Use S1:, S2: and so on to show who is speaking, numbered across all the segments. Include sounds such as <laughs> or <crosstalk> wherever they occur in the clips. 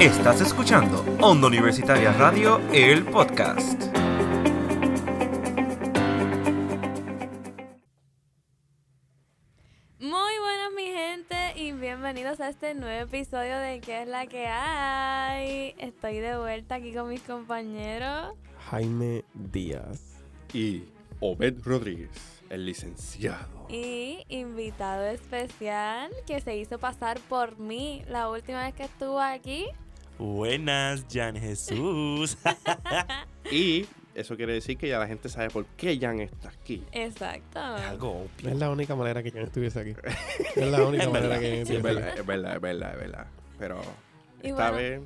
S1: Estás escuchando Onda Universitaria Radio, el podcast.
S2: Muy buenas mi gente y bienvenidos a este nuevo episodio de ¿Qué es la que hay? Estoy de vuelta aquí con mis compañeros.
S3: Jaime Díaz.
S4: y Obed Rodríguez, el licenciado.
S2: Y invitado especial que se hizo pasar por mí la última vez que estuvo aquí.
S5: Buenas, Jan Jesús.
S4: Y eso quiere decir que ya la gente sabe por qué Jan está aquí.
S2: Exacto.
S5: Algo
S3: No
S5: obvio.
S3: es la única manera que yo estuviese aquí. No es la única
S5: Es
S3: manera
S5: verdad.
S3: que yo
S4: Sí, es
S3: estuviese
S4: verdad,
S3: aquí.
S4: es verdad, es verdad, es verdad. Pero
S2: Y
S4: esta
S2: bueno,
S4: vez,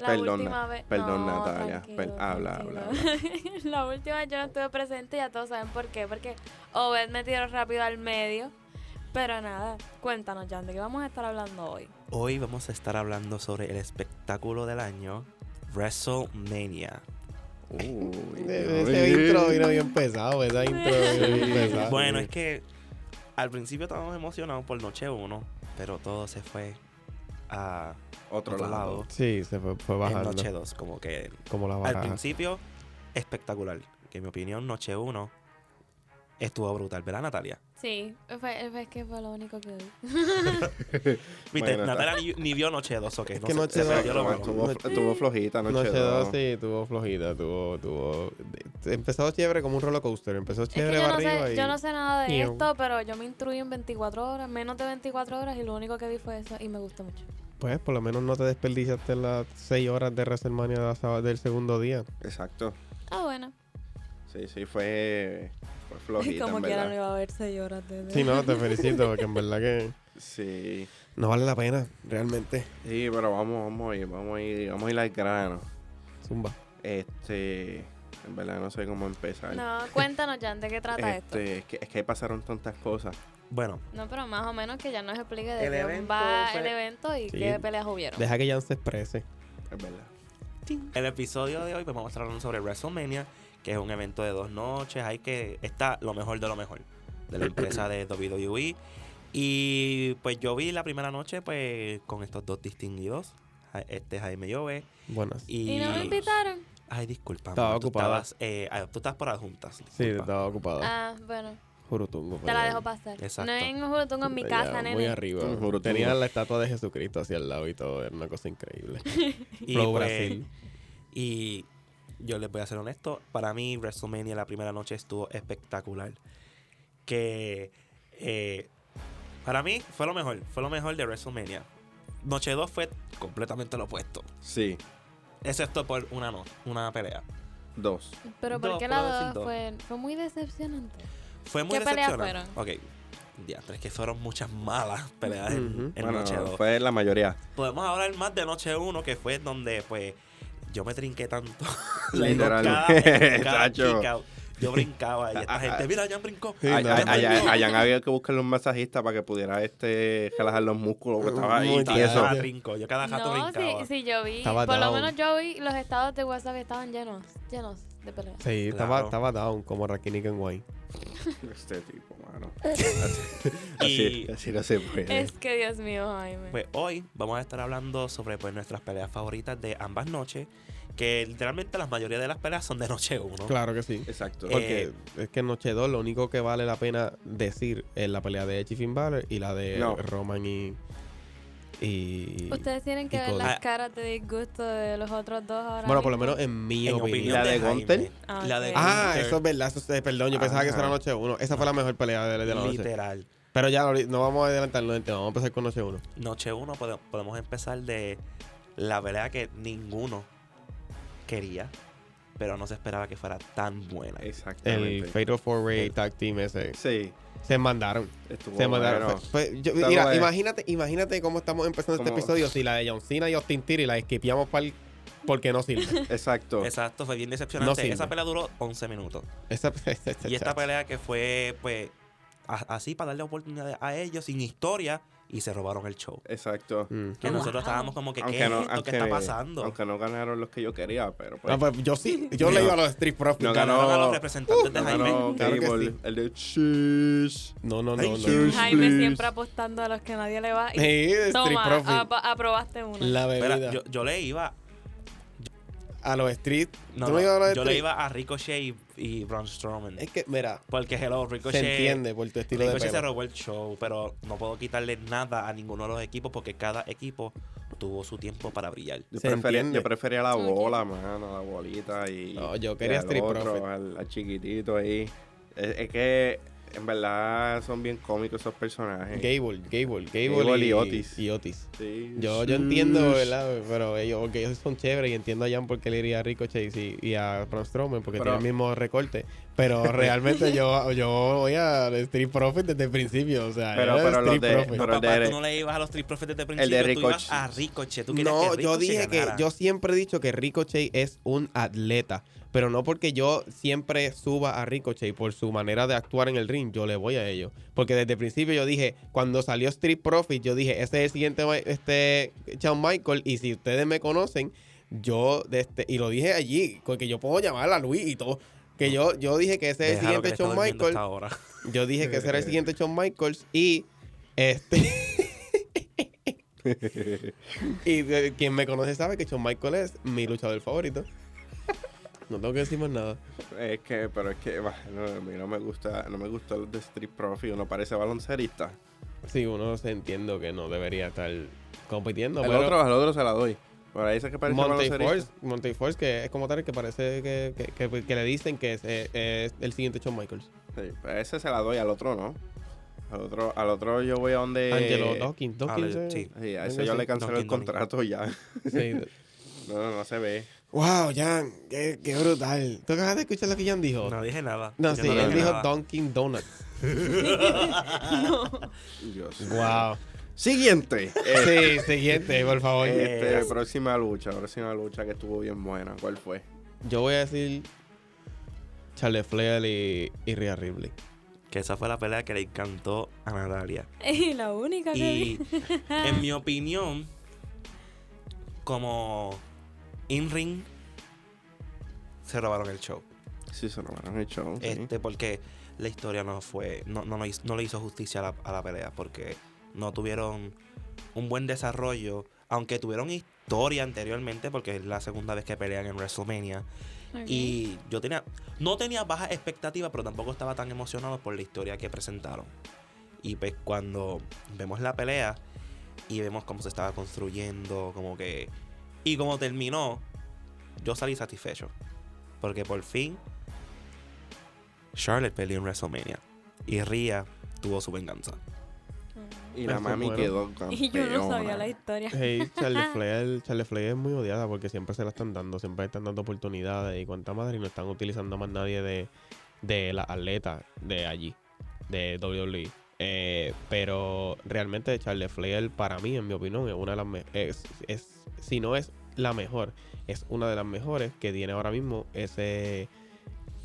S2: La
S4: Perdona,
S2: última vez.
S4: perdón,
S2: no,
S4: Natalia,
S2: tranquilo,
S4: per- habla,
S2: tranquilo.
S4: habla,
S2: <laughs> la última vez yo no estuve presente y ya todos saben por qué. Porque Obed me tiró rápido al medio. Pero nada, cuéntanos, Jan, ¿de qué vamos a estar hablando hoy?
S5: Hoy vamos a estar hablando sobre el espectáculo del año, WrestleMania.
S4: uy,
S3: Ese-
S4: uy.
S3: Ese intro vino bien pesado, esa intro vino bien pesada.
S5: Bueno, es que al principio estábamos emocionados por Noche 1, pero todo se fue a
S4: otro,
S5: <laughs> otro
S4: lado.
S5: lado.
S3: Sí, se fue, fue
S5: en
S3: bajando.
S5: Noche 2, como que
S3: Como la
S5: al
S3: baraja.
S5: principio espectacular. Que en mi opinión, Noche 1 estuvo brutal, ¿verdad, Natalia?
S2: Sí, fue, fue que fue lo único que vi.
S5: Viste,
S4: Bueno,
S5: Natalia ni, ni vio Noche 2, ok.
S3: Es
S5: no
S3: que
S5: sé,
S3: Noche
S5: se
S3: dos-
S5: perdió lo
S4: Estuvo-
S3: no,
S5: malo.
S4: estuvo, estuvo flojita noche,
S3: Noche 2
S4: dos.
S3: sí, tuvo flojita, tuvo, tuvo... Empezó chévere como un roller coaster, empezó
S2: Es que
S3: chévere
S2: yo no,
S3: barriga
S2: sé,
S3: y...
S2: yo no sé nada de
S3: y un-
S2: esto, pero yo me instruí en 24 horas, menos de 24 horas, y lo único que vi fue eso y me gustó mucho.
S3: Pues por lo menos no te desperdiciaste las 6 horas de WrestleMania de la saba- del segundo día.
S4: Exacto.
S2: Ah, bueno.
S4: Sí, sí, fue, fue flojita,
S2: Como
S4: en
S2: quiera no
S4: verdad.
S2: iba a verse llorar desde...
S3: Sí, no, te felicito porque en verdad que
S4: Sí.
S3: no vale la pena, realmente.
S4: Sí, pero vamos, vamos a ir, vamos a ir, vamos a ir al grano.
S3: Zumba.
S4: Este, en verdad no sé cómo empezar.
S2: No, cuéntanos, Jan, ¿de qué trata esto?
S4: Este, es que, es que pasaron tantas cosas.
S5: Bueno,
S2: No, pero más o menos que ya nos explique de
S5: El
S2: qué
S5: evento
S2: va
S5: fue-
S2: el evento y
S3: Sí.
S2: qué peleas hubieron.
S3: Deja que Jan se exprese.
S4: Es verdad.
S5: El episodio de hoy pues, vamos a estar hablando sobre WrestleMania, que es un evento de dos noches. Hay que está lo mejor de lo mejor de la empresa de WWE. Y pues yo vi la primera noche pues con estos dos distinguidos, Ja- este Jaime Llove
S3: Buenas.
S5: y
S2: Y no me invitaron.
S5: Ay, disculpa.
S3: Estaba
S5: amor, tú
S3: ocupada.
S5: estabas, eh, ah, tú estás por adjuntas.
S3: Sí,
S5: disculpa.
S3: estaba ocupado.
S2: Ah, bueno,
S3: Jurutungo.
S2: te la dejo pasar.
S5: Exacto.
S2: No en un jurutungo en mi casa,
S3: Allá,
S2: nene.
S3: Muy arriba.
S4: Un jurutungo.
S3: Tenía la estatua de Jesucristo hacia el lado y todo. Era una cosa increíble.
S5: Y,
S3: Pro
S5: pues,
S3: Brasil.
S5: y yo les voy a ser honesto, para mí WrestleMania la primera noche estuvo espectacular. Que eh, para mí fue lo mejor, fue lo mejor de WrestleMania. Noche 2 fue completamente lo opuesto,
S4: Sí,
S5: excepto por una, no, una pelea.
S4: dos.
S2: Pero ¿por
S5: Dos,
S2: qué
S5: puedo
S2: la
S5: decir
S2: dos
S5: dos.
S2: fue, fue muy decepcionante?
S5: Fue muy
S2: ¿Qué peleas
S5: decepcionante. Ok, diantres, que fueron muchas malas peleas en,
S3: Ujú.
S5: en
S4: Bueno,
S5: Noche 2.
S4: fue la mayoría.
S5: Podemos hablar más de Noche 1, que fue donde, pues, yo me
S4: <laughs>
S5: trinqué tanto. La-
S4: Literal. <laughs>
S5: cada- cada
S4: Chacho.
S5: kickout, yo brincaba y
S4: <laughs>
S5: esta
S4: Ah,
S5: gente, mira, ya brincó.
S3: Sí,
S4: a,
S3: no,
S4: a-
S3: no.
S4: a- a- a Jan había que buscarle un masajista para que pudiera este relajar los músculos que estaba ahí
S3: Muy
S5: Y
S3: tieso.
S4: tieso.
S5: cada brinco, yo cada rato
S2: No,
S5: brincaba.
S2: sí, sí, yo vi.
S3: Estaba
S2: por lo
S3: down.
S2: menos yo vi los estados de WhatsApp estaban llenos, llenos de peleas.
S3: <laughs> Sí, estaba,
S5: Claro.
S3: estaba down como Rakini Kenway.
S4: Este tipo, mano. Así, así,
S5: Y-
S4: así no se puede.
S2: Es que Dios mío, Jaime.
S5: Pues hoy vamos a estar hablando sobre pues, nuestras peleas favoritas de ambas noches, que literalmente la mayoría de las peleas son de noche 1.
S3: Claro que sí.
S4: Exacto.
S5: Eh,
S3: Porque es que en Noche 2 lo único que vale la pena decir es la pelea de Edge y Finn Balor y la de
S4: No.
S3: Roman y... y...
S2: Ustedes tienen que
S3: y
S2: ver
S3: Cody.
S5: Ah.
S2: las caras de disgusto de los otros dos ahora.
S3: Bueno, por lo
S2: mismo.
S3: menos en mi
S5: En
S3: opinión.
S5: opinión
S4: La de
S5: Jaime,
S4: Gunter.
S2: Ah,
S5: La de
S2: ok.
S3: Ah,
S5: Gunter,
S3: eso es verdad. Eso es, perdón, yo pensaba que eso era
S4: Ajá.
S3: Noche 1. Esa fue la mejor pelea de, de la noche.
S5: Literal.
S3: Pero ya, ahorita- no vamos a adelantarnos del tema. Vamos a empezar con Noche 1.
S5: Noche 1 podemos empezar de la pelea que ninguno quería, pero no se esperaba que fuera tan buena.
S4: Exactamente.
S3: El Fatal 4 Way
S5: El-
S3: Tag Team ese.
S4: Sí,
S3: Se mandaron.
S4: estuvo
S3: se mandaron.
S4: bueno.
S3: Fue- fue- yo-
S4: Está
S3: mira,
S4: bueno.
S3: imagínate, imagínate cómo estamos empezando
S4: Como-
S3: este episodio. Si la de John Cena y Austin Theory la esquipiamos para el... Porque no sirve.
S4: Exacto.
S5: Exacto, fue bien
S3: No
S5: decepcionante.
S3: sirve.
S5: Esa pelea duró 11 minutos.
S3: Esa- esa- esa-
S5: Y esta
S3: chacho.
S5: pelea que fue, pues, a- así para darle oportunidad a ellos, sin historia. y se robaron el show.
S4: Exacto.
S3: Mm.
S5: Que
S2: Wow.
S5: nosotros estábamos como que, ¿qué
S4: Aunque
S5: es
S4: no,
S5: esto?
S4: aunque-
S5: ¿Qué está pasando?
S4: Aunque no ganaron los que yo quería, pero pues.
S3: Ah, pues yo sí, yo
S4: No.
S3: le iba a los Street Profits.
S4: No
S5: Ganaron a
S4: ganó-
S5: los representantes de
S3: Uh,
S4: no
S5: Jaime.
S4: ganó
S3: Claro que
S4: Gable,
S3: sí.
S4: El de Shish.
S3: No, no, no.
S5: Ay,
S3: no.
S5: sí.
S4: Please,
S2: Jaime
S4: please.
S2: siempre apostando a los que nadie le va. Y
S5: Eh,
S3: Sí, Street
S2: toma, ah,
S3: Profit.
S2: apa- aprobaste uno.
S3: La bebida.
S5: Espera, yo, yo le iba.
S3: A los Street.
S5: no,
S3: ¿Tú
S5: no,
S3: me ibas a los
S5: yo
S3: Street?
S5: le iba a Ricochet y, y Braun Strowman.
S3: Es que, mira,
S5: Porque hello, Ricochet.
S3: se entiende por tu estilo de
S5: Ricochet se
S3: pelo.
S5: robó el show, pero no puedo quitarle nada a ninguno de los equipos porque cada equipo tuvo su tiempo para brillar.
S4: Yo
S3: Se
S4: prefería,
S3: entiende.
S4: yo prefería la
S2: Ok.
S4: bola, mano, la bolita y.
S3: No, yo
S4: y
S3: quería
S4: al
S3: Street
S4: otro,
S3: Profit.
S4: Al, al chiquitito ahí. Es, es que, en verdad, son bien cómicos esos personajes.
S3: Gable, Gable, Gable,
S4: Gable
S3: y,
S4: y Otis.
S3: y Otis.
S4: Sí. Mm.
S3: Yo, yo entiendo,
S4: <laughs>
S3: ¿verdad? Pero ellos, porque ellos son chéveres y entiendo a Jan por qué le iría a Ricochet y, y a Braun Strowman porque
S4: Pero-
S3: tiene el mismo recorte. Pero
S4: <laughs>
S3: realmente yo, yo voy a Street Profit desde el principio. O sea,
S4: Pero-
S3: era
S4: pero los
S3: Street
S4: de-
S3: Profit.
S4: pero el
S5: Papá,
S4: de-
S5: tú no le ibas a los Street Profits desde el principio,
S4: de
S5: tú ibas
S4: Ricochet.
S5: a Ricochet. Tú querías
S3: No,
S5: que
S3: yo
S5: Ricochet
S3: dije que
S5: ganara.
S3: yo siempre he dicho que Ricochet es un atleta, pero no porque yo siempre suba a Ricochet por su manera de actuar en el ring, yo le voy a ello. Porque desde el principio yo dije, cuando salió Street Profit, yo dije, ese es el siguiente ma- este Shawn Michael y si ustedes me conocen, yo de este y lo dije allí, porque yo puedo llamar a Luis y todo. Que yo, yo dije que ese es el
S5: Déjalo
S3: siguiente
S5: que le está
S3: Shawn
S5: durmiendo
S3: Michael.
S5: hasta ahora.
S3: Yo dije que ese era el siguiente Shawn Michaels y este y de- quien me conoce sabe que Shawn Michaels es mi luchador favorito. No tengo que decir más nada.
S4: Es que, pero es que, bah, no, a mí no me gusta, no me gusta los de Street Profit, uno parece baloncerista.
S3: Sí, uno se entiende que no debería estar compitiendo.
S4: el
S3: pero
S4: otro, al otro se la doy. Por ahí dice que parece
S3: Monteforce,
S4: baloncerista.
S3: Monteforce, que es como tal que parece que, que- que- que le dicen que es, eh, es el siguiente Shawn Michaels.
S4: Sí, a ese se la doy, al otro no. Al otro, al otro yo voy a donde.
S3: Angelo Dawkins, Dawkins.
S5: Ale-
S3: eh.
S5: sí.
S4: Eh, Sí, a
S3: Algo
S4: ese yo
S3: así.
S4: le cancelo el
S5: Dunkin' Donuts.
S4: contrato ya. <laughs>
S3: Sí.
S4: No, no, no se ve.
S3: wow, Jan, qué, qué brutal. ¿Tú acabas de escuchar lo que Jan dijo?
S5: No dije nada.
S3: No,
S5: Yo
S3: sí,
S5: dije
S3: él dijo
S5: nada.
S3: Dunkin' Donuts.
S4: Dios.
S3: Wow.
S4: Siguiente. Eh,
S3: Sí, siguiente, por favor.
S4: este,
S5: es-
S4: próxima lucha, próxima lucha que estuvo bien buena. ¿Cuál fue?
S3: Yo voy a decir Charles Flair y, y Rhea Ripley.
S5: Que esa fue la pelea que le encantó a Natalia.
S2: <laughs> Y la única que
S5: Y
S2: vi.
S5: en mi opinión, como in-ring, se robaron el show.
S4: Sí, se robaron el show. sí.
S5: Este, porque la historia no fue. No, no, no hizo- no le hizo justicia a la, a la pelea. Porque no tuvieron un buen desarrollo. Aunque tuvieron historia anteriormente, porque es la segunda vez que pelean en WrestleMania.
S2: Ok.
S5: Y yo tenía. No tenía bajas expectativas, pero tampoco estaba tan emocionado por la historia que presentaron. Y pues cuando vemos la pelea y vemos cómo se estaba construyendo, como que. Y como terminó, yo salí satisfecho. Porque por fin Charlotte peleó en WrestleMania. Y Rhea tuvo su venganza.
S4: Y la
S3: Eso
S4: mami
S3: fueron.
S2: <laughs>
S4: quedó
S2: Y yo no sabía
S4: campeona.
S2: la
S5: <laughs>
S2: historia.
S3: Hey,
S2: <laughs>
S3: Charles Flair, Charles Flair es muy odiada porque siempre se la están dando, siempre están dando oportunidades y cuánta madre y no están utilizando más nadie de, de las atletas de allí, de WWE. Eh, pero realmente Charles Flair para mí, en mi opinión, es una de las me- es, es- si no es la mejor, es una de las mejores que tiene ahora mismo ese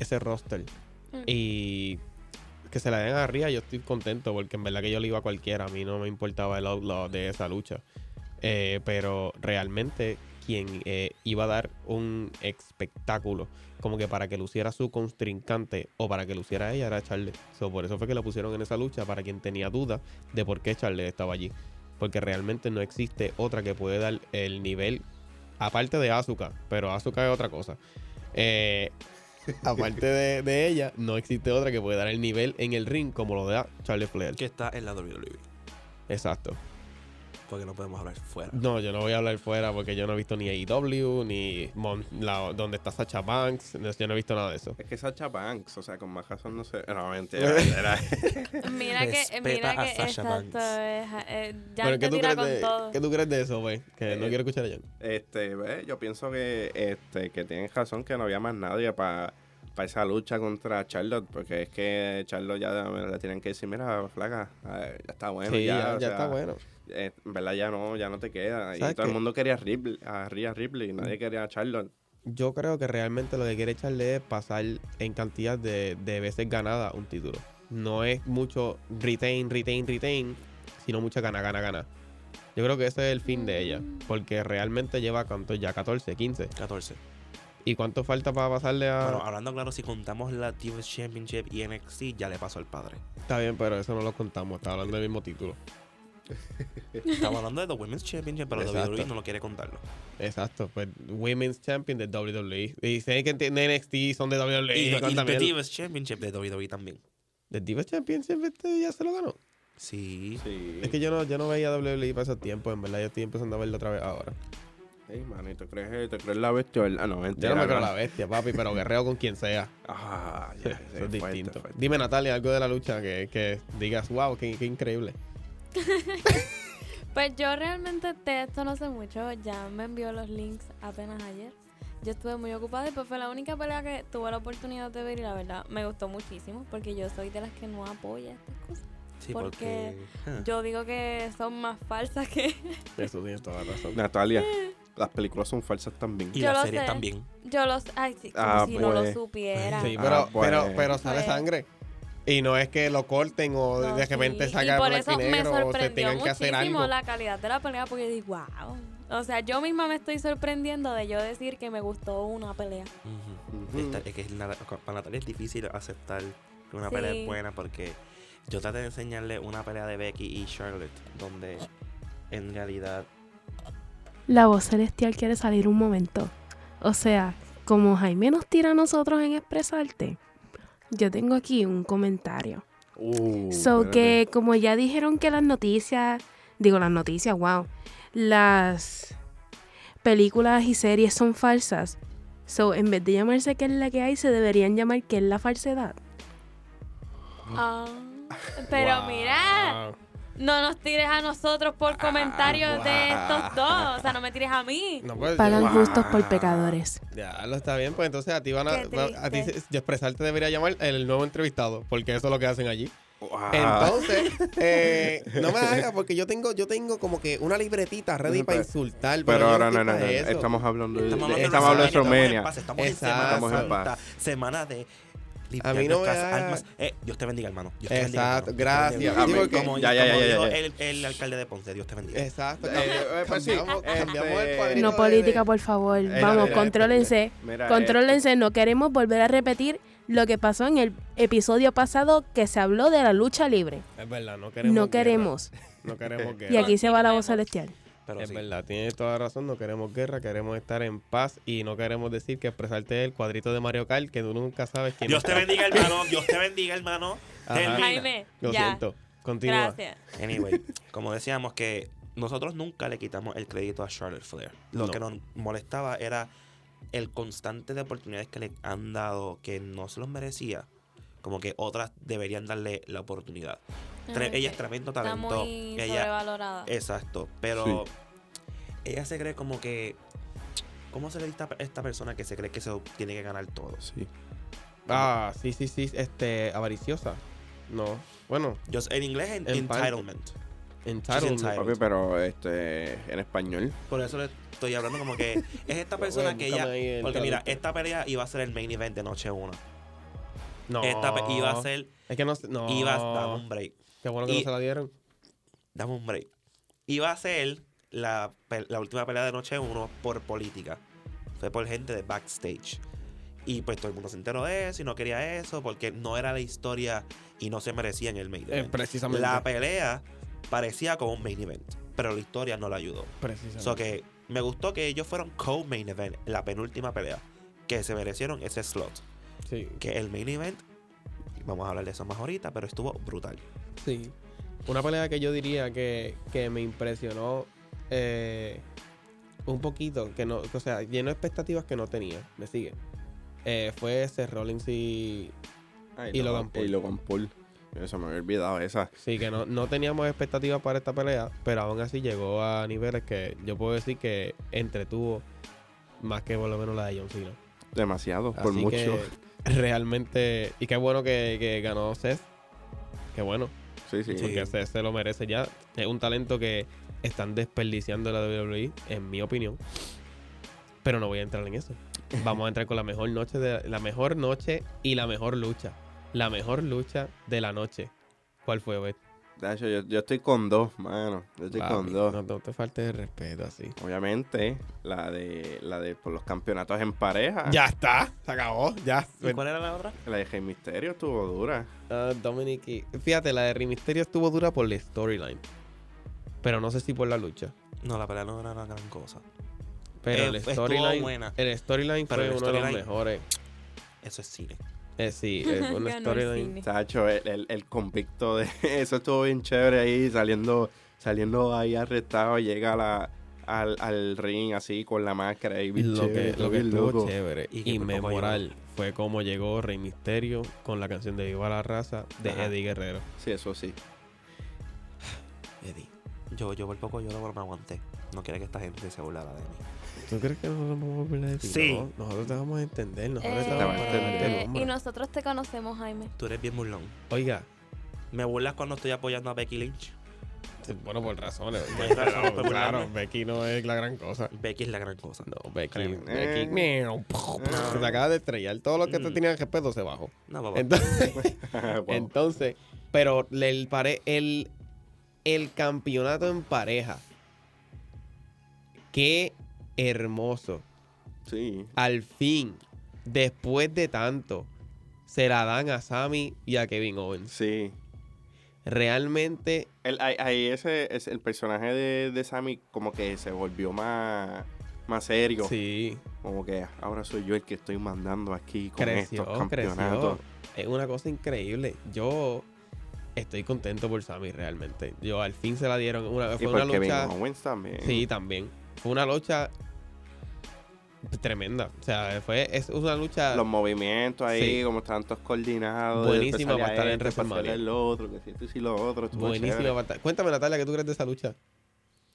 S3: ese roster.
S2: Mm.
S3: Y que se la den a Ría, yo estoy contento porque en verdad que yo le iba a cualquiera. A mí no me importaba el outlaw de esa lucha. Eh, pero realmente quien eh, iba a dar un espectáculo como que para que luciera su constrincante o para que luciera ella era Charles. So, por eso fue que la pusieron en esa lucha para quien tenía duda de por qué Charles estaba allí. Porque realmente no existe otra que puede dar el nivel aparte de Asuka, pero Asuka es otra cosa. Eh, aparte de, de ella, no existe otra que puede dar el nivel en el ring como lo da Charles Flair.
S5: Que está en la WWE.
S3: Exacto.
S5: Porque no podemos hablar fuera.
S3: No, yo no voy a hablar fuera porque yo no he visto ni AEW, ni Mon- la- donde está Sacha Banks, no- yo no he visto nada de eso.
S4: Es que Sacha Banks, o sea, con más razón no sé. No, mentira. era-
S2: Mira que,
S5: Respeta
S2: mira
S5: a
S2: que
S5: Sasha
S2: exacto es. eh, ya
S3: Pero
S2: te
S3: ¿qué tú,
S2: tira
S3: crees
S2: con
S3: de,
S2: todo.
S3: qué tú crees de eso, güey? Que no
S4: Eh,
S3: quiero escuchar a Jan.
S4: Este, ve, yo pienso que, este, que tienen razón que no había más nadie para esa lucha contra Charlotte, porque es que Charlotte ya le tienen que decir, mira, flaca, ah, ya está bueno.
S3: sí, ya,
S4: ya, o
S3: ya
S4: sea,
S3: está bueno.
S4: eh, en verdad ya no, ya no te queda. Y todo
S3: ¿Sabes qué?
S4: el mundo quería a, Ripley, a Rhea Ripley, nadie quería a Charlotte.
S3: Yo creo que realmente lo que quiere echarle es pasar en cantidad de, de veces ganada un título. No es mucho retain, retain, retain, sino mucha gana, gana, gana. Yo creo que ese es el fin de ella, porque realmente lleva cuánto ya 14, 15.
S5: 14.
S3: ¿Y cuánto falta para pasarle a
S5: Bueno, hablando claro, si contamos la TV Championship y NXT, ya le pasó al padre.
S3: Está bien, pero eso no lo contamos, está hablando del mismo título.
S5: Estamos hablando de The Women's Championship, pero
S3: Exacto.
S5: WWE no lo quiere contarlo.
S3: Exacto, pues Women's Champion de WWE. Y sé que enti- NXT son de E, WWE.
S5: Y, y
S3: ¿cuánta
S5: el The
S3: mierda?
S5: Divas Championship de WWE también.
S3: The Divas Championship este ya se lo ganó.
S5: Sí.
S4: Sí.
S3: Es que yo no, yo no veía WWE para esos tiempos, en verdad yo estoy empezando a verlo otra vez ahora.
S4: Ey, mano, ¿y tú crees, te crees la bestia? Ah, no,
S3: Yo
S4: mentira.
S3: no me creo
S4: no.
S3: la bestia, papi, pero guerreo con quien sea.
S4: Ah, ya,
S3: Eso
S4: sí,
S3: es
S4: fuerte,
S3: distinto.
S4: fuerte.
S3: Dime, Natalia, algo de la lucha que, que digas, wow, qué, qué increíble.
S2: Pues yo realmente de esto no sé mucho. Ya me envió los links apenas ayer. Yo estuve muy ocupada y pues fue la única pelea que tuve la oportunidad de ver y la verdad me gustó muchísimo porque yo soy de las que no apoya estas cosas.
S5: Sí,
S2: porque-
S5: porque. Ah.
S2: Yo digo que son más falsas que... <laughs>
S3: Eso tienes toda la razón.
S4: Natalia, las películas son falsas también.
S5: Y
S2: Yo
S5: la
S2: lo
S5: serie
S2: sé.
S5: también.
S2: Yo los... Ay, sí, como
S4: Ah,
S2: si no lo
S4: pues.
S2: supiera.
S3: Sí,
S4: Ah,
S3: pero,
S4: pues.
S3: pero, pero sale
S2: Pues.
S3: sangre. Y no es que lo corten o
S2: No,
S3: de
S2: sí.
S3: repente
S2: Y
S3: sacan
S2: por
S3: un
S2: eso me
S3: negro o se
S2: sorprendió
S3: tengan que hacer
S2: muchísimo
S3: algo.
S2: la calidad de la pelea porque yo digo, wow. O sea, yo misma me estoy sorprendiendo de yo decir que me gustó una pelea.
S5: Ujú.
S4: Ujú.
S5: Esta- es que es nada- para Natalia es difícil aceptar que una pelea
S2: Sí.
S5: es buena porque yo traté de enseñarle una pelea de Becky y Charlotte donde en realidad
S6: La voz celestial quiere salir un momento. O sea, como Jaime nos tira a nosotros en expresarte, yo tengo aquí un comentario.
S4: Uh,
S6: so
S4: espérate.
S6: que como ya dijeron que las noticias, digo las noticias, wow, las películas y series son falsas. So en vez de llamarse que es la que hay, se deberían llamar que es la falsedad.
S4: Mm.
S2: Ah, pero
S3: Wow.
S2: mira, no nos tires a nosotros por
S3: Ah,
S2: comentarios de estos dos. O sea, no me tires a mí.
S3: No, pues,
S6: Pagan
S3: ya-
S6: justos por pecadores.
S3: Ya, lo está bien, pues entonces a ti van a,
S2: Qué
S3: va- a ti
S2: triste.
S3: se- expresarte debería llamar el nuevo entrevistado, porque eso es lo que hacen allí.
S4: Ah, <laughs>
S3: Entonces, eh, no me hagas porque yo tengo, yo tengo como que una libretita ready
S4: Pero-
S3: para insultar.
S4: pero
S3: yo
S4: ahora
S3: estoy
S4: no, no, no,
S3: para
S4: no,
S3: eso.
S4: Estamos hablando de.
S5: estamos hablando de
S4: Estamos hablando de
S5: WrestleMania,
S4: Romania.
S5: estamos en
S3: Exacto.
S5: Semana
S4: Estamos en
S5: Santa,
S4: paz.
S5: semana de limpiar
S3: mí no me
S5: nuestras
S3: da-
S5: almas. Eh, Dios te bendiga hermano Dios te
S3: Exacto,
S5: bendiga, hermano. Dios te
S3: gracias.
S5: bendiga.
S4: Amén.
S3: Sí, porque-
S5: como
S4: Ya, ya,
S5: como
S4: ya, ya,
S5: dijo
S4: ya.
S5: El, el alcalde de Ponce Dios te bendiga
S3: Exacto.
S4: Eh,
S3: cambiamos-
S4: eh, pues sí,
S3: cambiamos-
S4: este,
S3: cambiamos el cuadrito
S6: No
S3: de-
S6: política, pues. por favor.
S4: Eh,
S6: Vamos,
S4: eh, eh,
S6: contrólense.
S4: Mira, eh,
S6: Contrólense, no queremos volver a repetir lo que pasó en el episodio pasado que se habló de la lucha libre.
S3: Es verdad, no queremos.
S6: No
S3: guerra.
S6: queremos.
S3: No queremos guerra.
S6: Y aquí se va la voz celestial.
S5: pero
S3: Es
S5: sí.
S3: verdad, tienes toda la razón, no queremos guerra, queremos estar en paz y no queremos decir que expresarte el cuadrito de Mario Kart que tú nunca sabes quién
S5: Dios te bendiga hermano Dios te bendiga hermano
S3: Ajá.
S5: Termina.
S2: Jaime,
S3: Lo
S2: ya.
S3: siento, continúa.
S2: Gracias.
S5: Anyway, como decíamos que nosotros nunca le quitamos el crédito a Charlotte Flair. Lo
S3: No.
S5: que nos molestaba era el constante de oportunidades que le han dado que no se los merecía. Como que otras deberían darle la oportunidad. Tre-
S2: Ok.
S5: Ella es tremendo
S2: Está
S5: talento.
S2: muy
S5: ella,
S2: sobrevalorada.
S5: exacto. Pero ella se cree como que. ¿Cómo se le dice a esta persona que se cree que se tiene que ganar todo?
S4: Sí.
S3: Ah, sí, sí, sí, este, avariciosa. No, bueno,
S5: Yo sé- en inglés, en-
S3: En parte.
S5: entitlement.
S3: entitlement.
S5: entitled.
S4: Papi, pero este. En español.
S5: Por eso le estoy hablando como que es
S3: <laughs>
S5: esta persona que
S3: Búscame
S5: ella...
S3: ahí el
S5: Porque mira,
S3: traductor.
S5: esta pelea iba a ser el main event de noche 1.
S3: No.
S5: Esta pe- iba a ser...
S3: Es que no, no.
S5: Iba a... Dame un break.
S3: Qué bueno que no
S5: y-
S3: se la dieron.
S5: Dame un break. Iba a ser la, pe- la última pelea de noche 1 por política. Fue por gente de backstage. Y pues todo el mundo se enteró de eso y no quería eso porque no era la historia y no se merecía en el main
S3: Eh,
S5: event.
S3: precisamente.
S5: la pelea parecía como un main event, pero la historia no la ayudó.
S3: precisamente.
S5: So que me gustó que ellos fueron co-main event en la penúltima pelea. Que se merecieron ese slot.
S3: Sí,
S5: Que el main event, vamos a hablar de eso más ahorita, pero estuvo brutal.
S3: sí. Una pelea que yo diría que, que me impresionó eh, un poquito, que no, o sea, lleno de expectativas que no tenía. Me sigue. Eh, fue ese Rollins y.
S4: Ah,
S3: Y Logan Paul.
S4: Y Logan Paul. Eso me había olvidado esa.
S3: Sí, que no, no teníamos expectativas para esta pelea, pero aún así llegó a niveles que yo puedo decir que entretuvo más que por lo menos la de John Cena.
S4: Demasiado, por
S3: Así
S4: mucho.
S3: que realmente. Y qué bueno que, que ganó Seth. Qué bueno.
S4: Sí, sí.
S5: Sí.
S3: Porque Seth se lo merece ya. Es un talento que están desperdiciando la WWE, en mi opinión. Pero no voy a entrar en
S4: <laughs>
S3: eso. Vamos a entrar con la mejor noche de la mejor noche y la mejor lucha. La mejor lucha de la noche. ¿Cuál fue, Beth?
S4: De hecho, yo, yo estoy con dos, mano. Yo estoy
S3: Papi,
S4: con dos.
S3: No, no te faltes de respeto así.
S4: Obviamente, la de la de por los campeonatos en pareja.
S3: Ya está, se acabó, ya.
S5: ¿Y cuál era la otra?
S4: La de Rey Misterio estuvo dura.
S3: Ah, Dominic, y- fíjate, la de Rey Mysterio estuvo dura por la storyline. Pero no sé si por la lucha.
S5: No, la pelea no era una gran cosa.
S3: Pero
S5: Eh,
S3: el
S5: estuvo
S3: storyline.
S5: buena.
S3: El storyline
S5: Pero
S3: fue
S5: el
S3: uno de
S5: storyline-
S3: los mejores.
S5: Eso es cine.
S2: <laughs>
S3: Eh, sí, es
S2: Ganó
S3: una
S2: el
S3: storyline.
S2: cine.
S4: Sacho, el, el, el convicto de <laughs> eso estuvo bien chévere ahí, saliendo, saliendo ahí arrestado, llega a la, al, al ring así con la máscara y bien
S3: Lo que,
S4: chévere,
S3: lo
S4: todo
S3: que
S4: bien
S3: estuvo
S4: loco.
S3: chévere
S5: Y
S3: y,
S5: que fue como
S3: memorable fue como llegó Rey Misterio con la canción de Viva la Raza de
S5: Ajá.
S3: Eddie Guerrero.
S4: Sí, eso
S3: <laughs>
S4: sí.
S5: Eddie. Yo, yo por poco yo no me aguanté. No quiere que esta gente se burlara de mí.
S3: ¿Tú crees que nosotros vamos a volver a decir?
S5: Sí.
S3: No, nosotros te vamos a entender, nosotros te
S4: Eh,
S3: vamos a entender.
S2: Eh,
S3: hombre.
S2: y nosotros te conocemos, Jaime.
S5: Tú eres bien burlón.
S3: Oiga,
S5: Me burlas cuando estoy apoyando a Becky Lynch.
S3: bueno, por razones.
S5: Por razones,
S3: Claro,
S5: por
S3: claro,
S5: razones.
S3: Becky no es la gran cosa.
S5: Becky es la gran cosa.
S3: No, Becky,
S5: Créeme.
S3: Becky,
S4: Eh.
S3: miau, se te acaba de estrellar. Todo lo que te
S5: Mm.
S3: tenía respeto se bajó.
S5: No, papá.
S3: Entonces, <laughs>
S4: Wow.
S3: entonces pero le- el, pare- el, el campeonato en pareja. Qué hermoso.
S4: Sí.
S3: Al fin, después de tanto, se la dan a Sammy y a Kevin Owens.
S4: Sí.
S3: Realmente
S4: El, ahí- ahí ese, ese- el personaje de, de Sammy como que se volvió más, más serio.
S3: Sí,
S4: Como que ahora soy yo el que estoy mandando aquí con
S3: creció,
S4: estos
S3: creció.
S4: campeonatos.
S3: Es una cosa increíble. Yo estoy contento por Sammy realmente. Yo al fin se la dieron. Una,
S4: Y
S3: fue una
S4: por Kevin
S3: lucha.
S4: Owens también.
S3: Sí, también. Fue una lucha tremenda. O sea, fue, es una lucha.
S4: los movimientos ahí,
S3: Sí.
S4: como están todos coordinados.
S3: Buenísima
S4: después
S3: para estar
S4: salía
S3: en
S4: este, después
S3: WrestleMania.
S4: salía el otro, que si esto y si lo otro. estuvo chévere.
S3: Buenísima batalla. Cuéntame, Natalia, ¿qué tú crees de esa lucha?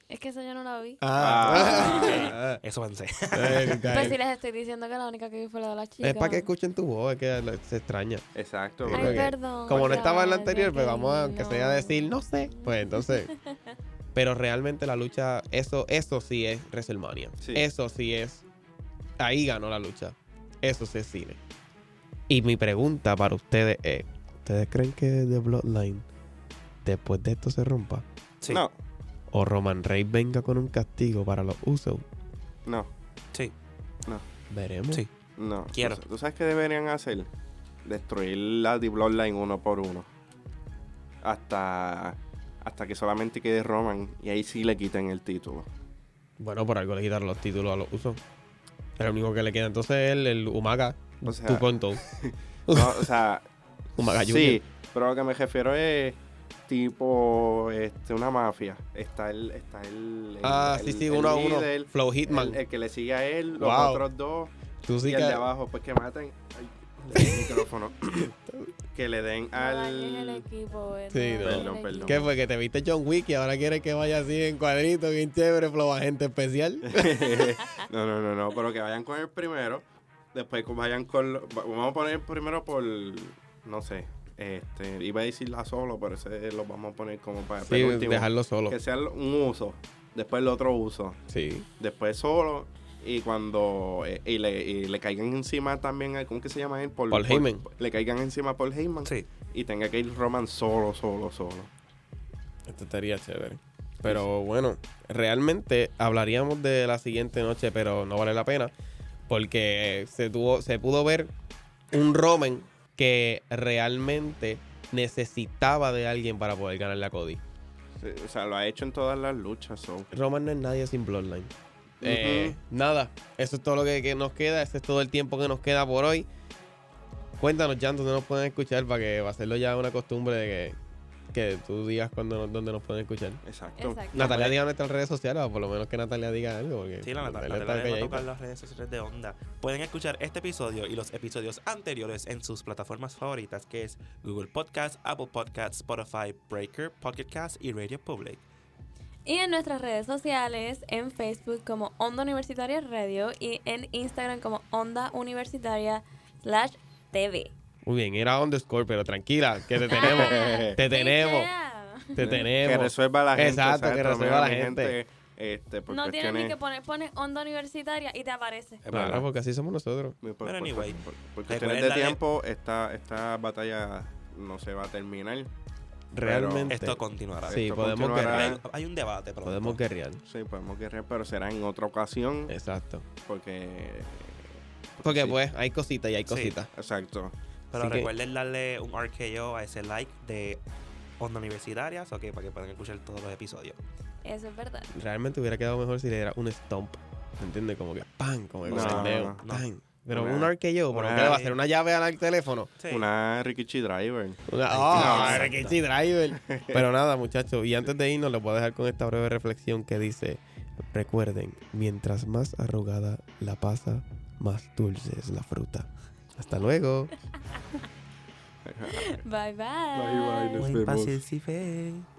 S2: Es que eso yo no la vi.
S5: Ah.
S3: <laughs>
S5: Eso pensé.
S2: Pues sí les estoy diciendo que la única que vi fue la de la chica.
S3: Eh, es para que escuchen tu voz, es que lo- se extraña.
S4: Exacto.
S3: Sí,
S2: Ay,
S3: porque
S2: perdón.
S3: Como no
S2: otra
S3: estaba en la
S2: vez,
S3: anterior, pues
S2: Becky,
S3: vamos a que
S2: no.
S3: sea decir, no sé. Pues <laughs> entonces. Pero realmente la lucha, eso, eso sí es WrestleMania.
S4: Sí.
S3: Eso sí es. Ahí ganó la lucha. Eso sí es cine. Y mi pregunta para ustedes es: ¿Ustedes creen que The Bloodline después de esto se rompa?
S5: Sí.
S4: No,
S3: ¿O Roman Reigns venga con un castigo para los Usos?
S4: no,
S5: Sí.
S3: Veremos.
S5: Sí.
S4: no.
S5: Quiero.
S4: ¿Tú, tú sabes qué deberían hacer? Destruir la The Bloodline uno por uno. Hasta, hasta que solamente quede Roman y ahí sí le quiten el título.
S3: Bueno, por algo le quitaron los títulos a los Usos. Es lo único que le queda entonces es el, el Umaga.
S4: O sea-
S3: tu punto.
S4: <laughs> No, o sea,
S3: Umaga Junior.
S4: sí, pero lo que me refiero es tipo este una mafia. Está el, está el, el-
S3: Ah,
S4: el-
S3: sí, sí,
S4: el
S3: uno a uno.
S4: líder,
S3: Flow Hitman.
S4: El, el que le sigue a él, los
S3: Wow.
S4: otros dos.
S3: Tú sí
S4: y el
S3: que-
S4: de abajo, pues que maten. Ay, le di el
S3: <coughs>
S4: micrófono. que le den
S2: No dañes
S4: <laughs>
S2: el
S4: al.
S2: equipo, eh,
S3: Sí,
S2: no
S3: no.
S2: dañes el
S4: Perdón,
S2: equipo.
S4: perdón.
S3: ¿Qué fue? ¿Que te viste John Wick y ahora quieres que vaya así en cuadrito, bien chévere, flow agente especial?
S4: no, no, no, no, pero que vayan con el primero. Después que vayan con. lo- va- Vamos a poner primero por. No sé. Este, iba a decir a solo, pero ese lo vamos a poner como para
S3: sí,
S4: penúltimo.
S3: dejarlo solo.
S4: Que sea un uso. Después el otro uso.
S3: Sí.
S4: Después solo. Y cuando. eh, y, le, y le caigan encima también. a- ¿Cómo que se llama él? Por,
S3: Paul
S4: por-
S3: Heyman.
S4: le caigan encima a Paul Heyman.
S5: Sí.
S4: Y tenga que ir Roman solo, solo, solo.
S3: Esto estaría chévere. Pero bueno, realmente hablaríamos de la siguiente noche, pero no vale la pena. Porque se, tuvo, se pudo ver un Roman que realmente necesitaba de alguien para poder ganarle a Cody.
S4: Sí, O sea, lo ha hecho en todas las luchas. so.
S3: Roman no es nadie sin Bloodline. Eh, Nada, eso es todo lo que, que nos queda. Ese es todo el tiempo que nos queda por hoy. Cuéntanos, Jan, dónde nos pueden escuchar para que va a serlo ya una costumbre de que, que tú digas cuando, nos- dónde nos pueden escuchar.
S5: Ah,
S4: Exacto.
S2: Exacto.
S3: Natalia diga nuestras redes sociales, o por lo menos que Natalia diga algo. Porque
S5: pues. Sí, la Natalia,
S3: Natalia
S5: Natalia va a
S3: está
S5: tocar
S3: calladita.
S5: las redes sociales de Onda. Pueden escuchar este episodio y los episodios anteriores en sus plataformas favoritas, que es Google Podcast, Apple Podcast, Spotify, Breaker, Pocket Cast y Radio Public.
S2: Y en nuestras redes sociales, en Facebook como Onda Universitaria Radio y en Instagram como Onda Universitaria slash TV.
S3: Muy bien, era underscore, pero tranquila, que te
S5: <laughs>
S3: tenemos.
S2: <laughs>
S3: te tenemos,
S2: Yeah.
S3: te
S4: Que
S3: tenemos.
S4: resuelva la gente.
S3: Exacto, que resuelva la gente.
S4: Este, por
S2: No tienes ni
S4: cuestiones-
S2: que poner, pones Onda Universitaria y te aparece.
S4: Es verdad.
S3: Claro, porque así somos nosotros.
S4: Por- por-
S5: Pero
S4: por-
S5: anyway,
S4: por, por cuestiones de
S5: recuerda que-
S4: tiempo, esta, esta batalla no se va a terminar.
S3: realmente.
S5: Esto continuará.
S3: Sí,
S4: Esto
S3: podemos
S4: continuará.
S3: guerrear.
S5: Hay, hay un debate, pronto.
S3: Podemos guerrear.
S4: Sí, podemos guerrear, pero será en otra ocasión.
S3: Exacto.
S4: Porque.
S3: Porque
S4: sí,
S3: pues hay cositas y hay
S5: Sí.
S3: cositas.
S4: Exacto.
S5: Pero
S3: Así que-
S5: recuerden darle un RKO a ese like de Onda Universitaria, so que para que puedan escuchar todos los episodios.
S2: Eso es
S4: <laughs>
S2: verdad.
S3: Realmente hubiera quedado mejor si le diera un stomp. ¿Me entiendes? Como que ¡pam! Como que
S4: No,
S3: con el
S4: no,
S3: dedo.
S4: no,
S5: no.
S3: ¡pam! Pero
S4: Una-
S3: un arqueo, ¿pero
S4: una-
S3: qué le va a hacer? ¿Una llave al teléfono?
S5: Sí.
S4: Una Rikichi Driver.
S3: Una- ¡Ah,
S5: no,
S3: Rikichi Driver! Pero nada, muchachos. Y antes de irnos, les voy a dejar con esta breve reflexión que dice: Recuerden, mientras más arrugada la pasa, más dulce es la fruta. Hasta luego.
S2: Bye bye.
S4: Bye, bye. Nos
S5: Muy
S4: vemos.
S5: pacífico.